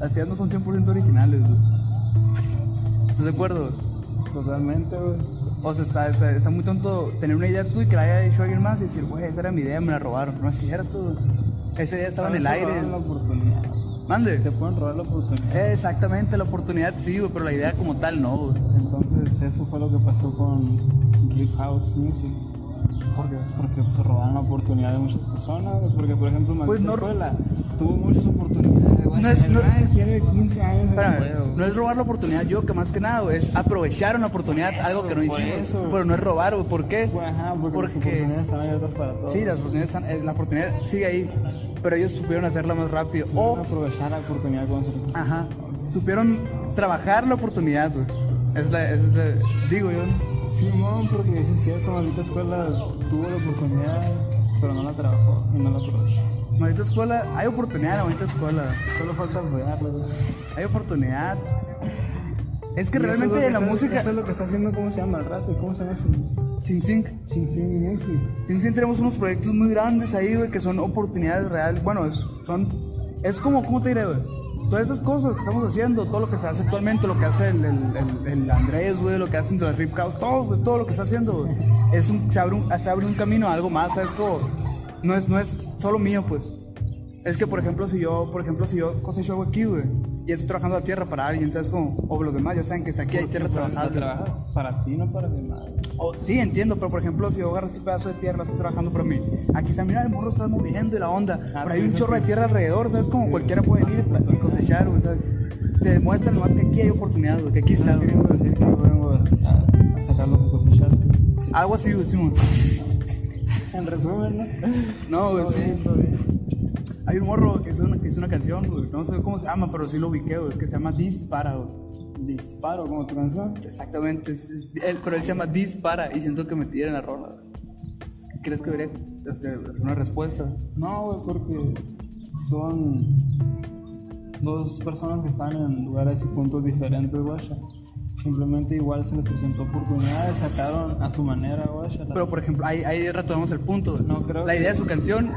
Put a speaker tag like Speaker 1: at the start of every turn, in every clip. Speaker 1: Las ideas no son 100% originales, güey. ¿Estás de acuerdo?
Speaker 2: Totalmente, güey.
Speaker 1: O sea, está, está, está muy tonto tener una idea tú y que la haya hecho alguien más y decir, güey, esa era mi idea, me la robaron. No es cierto, güey. Esa idea estaba en el
Speaker 2: Te
Speaker 1: aire.
Speaker 2: roban la oportunidad.
Speaker 1: Mande.
Speaker 2: Te pueden robar la oportunidad.
Speaker 1: Exactamente, la oportunidad sí, güey, pero la idea como tal no, güey.
Speaker 2: Entonces, eso fue lo que pasó con Deep House Music. Porque, porque pues, robaron la oportunidad de muchas personas. güey. Porque, por ejemplo, Maldita
Speaker 1: Pues no-
Speaker 2: Escuela tuvo muchas oportunidades. güey.
Speaker 1: No es-
Speaker 2: El
Speaker 1: no-
Speaker 2: Maes tiene 15 años. en
Speaker 1: Espérame,
Speaker 2: el juego.
Speaker 1: no es robar la oportunidad, yo que más que nada, güey, es aprovechar una oportunidad, algo que no
Speaker 2: por
Speaker 1: hicimos.
Speaker 2: eso.
Speaker 1: Pero no es robar, güey, ¿por qué?
Speaker 2: Güey, Ajá, porque, las
Speaker 1: Porque-
Speaker 2: oportunidades están abiertas para todos.
Speaker 1: Sí, las oportunidades están, eh, la oportunidad sigue ahí, pero ellos supieron hacerla más rápido.
Speaker 2: Pueden
Speaker 1: O,
Speaker 2: aprovechar la oportunidad con nosotros.
Speaker 1: ajá, supieron trabajar la oportunidad, güey. Es la, es la, digo yo, ¿no?
Speaker 2: Simón, porque sí es cierto, maldita escuela tuvo la oportunidad, pero no la trabajó y no la aprovechó.
Speaker 1: maldita escuela, hay oportunidad en la maldita escuela,
Speaker 2: Solo falta apoyarla. güey.
Speaker 1: hay oportunidad. Es que
Speaker 2: Y eso es lo
Speaker 1: realmente
Speaker 2: que
Speaker 1: la
Speaker 2: está-
Speaker 1: música,
Speaker 2: Eso es lo que está haciendo, ¿cómo se llama el raza? ¿Cómo se llama eso?
Speaker 1: sin sync.
Speaker 2: Sing Sing Music.
Speaker 1: Sí, sí, tenemos unos proyectos muy grandes ahí, güey, que son oportunidades reales. Bueno, es, son. Es como, ¿cómo te diré, güey? Todas esas cosas que estamos haciendo, todo lo que se hace actualmente, lo que hace el, el- el- el Andrés, güey, lo que hacen los Rip House, todo, güey, todo lo que está haciendo, güey. Es un, se abre un, hasta abre un camino a algo más, ¿sabes? Como, no es, no es solo mío, pues. Es que, por ejemplo, si yo, por ejemplo, si yo cosecho algo aquí, güey, y estoy trabajando la tierra para alguien, ¿sabes? Como, o los demás ya saben que está aquí, hay tierra
Speaker 2: Porque cuando
Speaker 1: trabajada.
Speaker 2: trabajas para ti, no para mi madre.
Speaker 1: O- sí, entiendo, pero por ejemplo, si yo agarro este pedazo de tierra, estoy trabajando para mí. Aquí está, mira, el morro está moviendo y la onda.
Speaker 2: Ah,
Speaker 1: pero hay
Speaker 2: pues
Speaker 1: un
Speaker 2: eso
Speaker 1: chorro de
Speaker 2: sí.
Speaker 1: tierra alrededor, ¿sabes? Como
Speaker 2: Sí,
Speaker 1: cualquiera puede
Speaker 2: más
Speaker 1: venir y pla- y cosechar, güey, ¿sabes? Te demuestra nomás que aquí hay oportunidad, güey, que aquí está.
Speaker 2: Estás
Speaker 1: güey.
Speaker 2: queriendo decir que yo vengo a, a sacar lo que cosechaste.
Speaker 1: Algo así, güey, Simón.
Speaker 2: En resumen,
Speaker 1: No,
Speaker 2: ¿no?
Speaker 1: güey,
Speaker 2: Todo
Speaker 1: sí.
Speaker 2: bien, todo bien.
Speaker 1: Hay un morro que hizo una, que hizo una canción, güey. No sé cómo se llama, pero sí lo ubiqué, güey, que se llama Dispara, güey.
Speaker 2: Disparo como tu canción.
Speaker 1: Exactamente, es- es- él- pero él se llama Dispara y siento que me tiran la rola. güey. ¿Crees que debería este, hacer una respuesta?
Speaker 2: No, güey, porque son dos personas que están en lugares y puntos diferentes, guacha. Simplemente igual se les presentó oportunidades, sacaron a su manera, guacha. la-
Speaker 1: Pero por ejemplo, ahí, ahí retomamos el punto. güey.
Speaker 2: No, creo
Speaker 1: la
Speaker 2: que-
Speaker 1: idea de su canción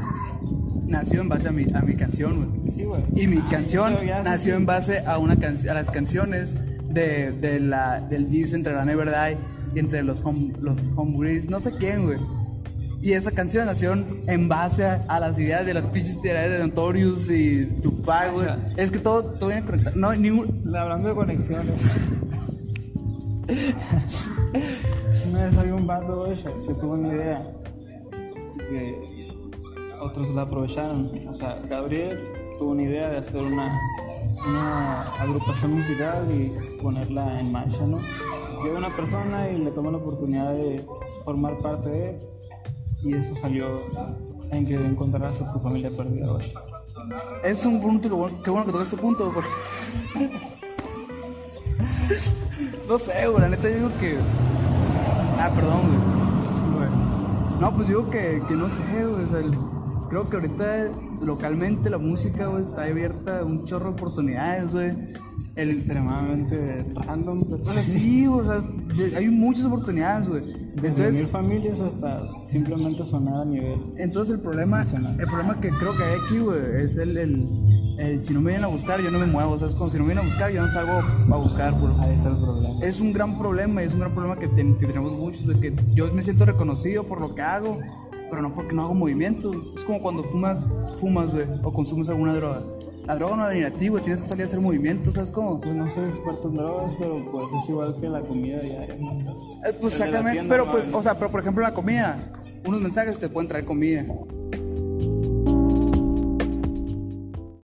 Speaker 1: nació en base a mi, a mi canción, güey.
Speaker 2: Sí, güey.
Speaker 1: Y mi canción
Speaker 2: pero Ah, ya sí,
Speaker 1: nació en base a, una can- a las canciones de, de la, del disc entre la Never Die y entre los, hom los Homebrews, no sé quién, güey. Y esa canción nació en base a, a las ideas de las pinches teorías de Notorious y Tupac, güey.
Speaker 2: Ajá.
Speaker 1: Es que todo, todo viene conectado. No, ningún.
Speaker 2: Hablando de conexiones. Una vez había un vato, guacha, que tuvo una idea que otros la aprovecharon. O sea, Gabriel tuvo una idea de hacer una, una agrupación musical y ponerla en marcha, ¿no? Llega una persona y le toma la oportunidad de formar parte de él y eso salió en que encontrarás a tu familia perdida hoy.
Speaker 1: Es un punto que bueno, qué bueno que tocaste este punto, güey, porque. No sé, güey, la neta yo digo que. Ah, perdón, güey. Es que, güey, No, pues digo que, que no sé, güey. O sea, el- creo que ahorita localmente la música, güey, está abierta a un chorro de oportunidades, güey. El
Speaker 2: Extremadamente random, pero
Speaker 1: bueno, sí, güey, o sea, de- hay muchas oportunidades, güey.
Speaker 2: Desde
Speaker 1: Entonces,
Speaker 2: mil familias hasta simplemente sonar a nivel.
Speaker 1: entonces el problema, el problema que creo que hay aquí, güey, es el, el, el si no me vienen a buscar, yo no me muevo. O sea, es como si no me vienen a buscar, yo no salgo a buscar, güey.
Speaker 2: Ahí está el problema.
Speaker 1: es un gran problema, es un gran problema que, ten- que tenemos muchos, de que yo me siento reconocido por lo que hago, pero no porque no hago movimiento. Es como cuando fumas, fumas, güey, o consumes alguna droga. La droga no va a venir a ti, güey, tienes que salir a hacer movimientos, ¿sabes cómo?
Speaker 2: Pues no soy experto en drogas, pero pues es igual que la comida diaria. ¿no?
Speaker 1: Eh, pues
Speaker 2: El de la
Speaker 1: exactamente,
Speaker 2: tienda
Speaker 1: pero
Speaker 2: no
Speaker 1: pues,
Speaker 2: va a
Speaker 1: o sea, pero por ejemplo en la comida, unos mensajes te pueden traer comida,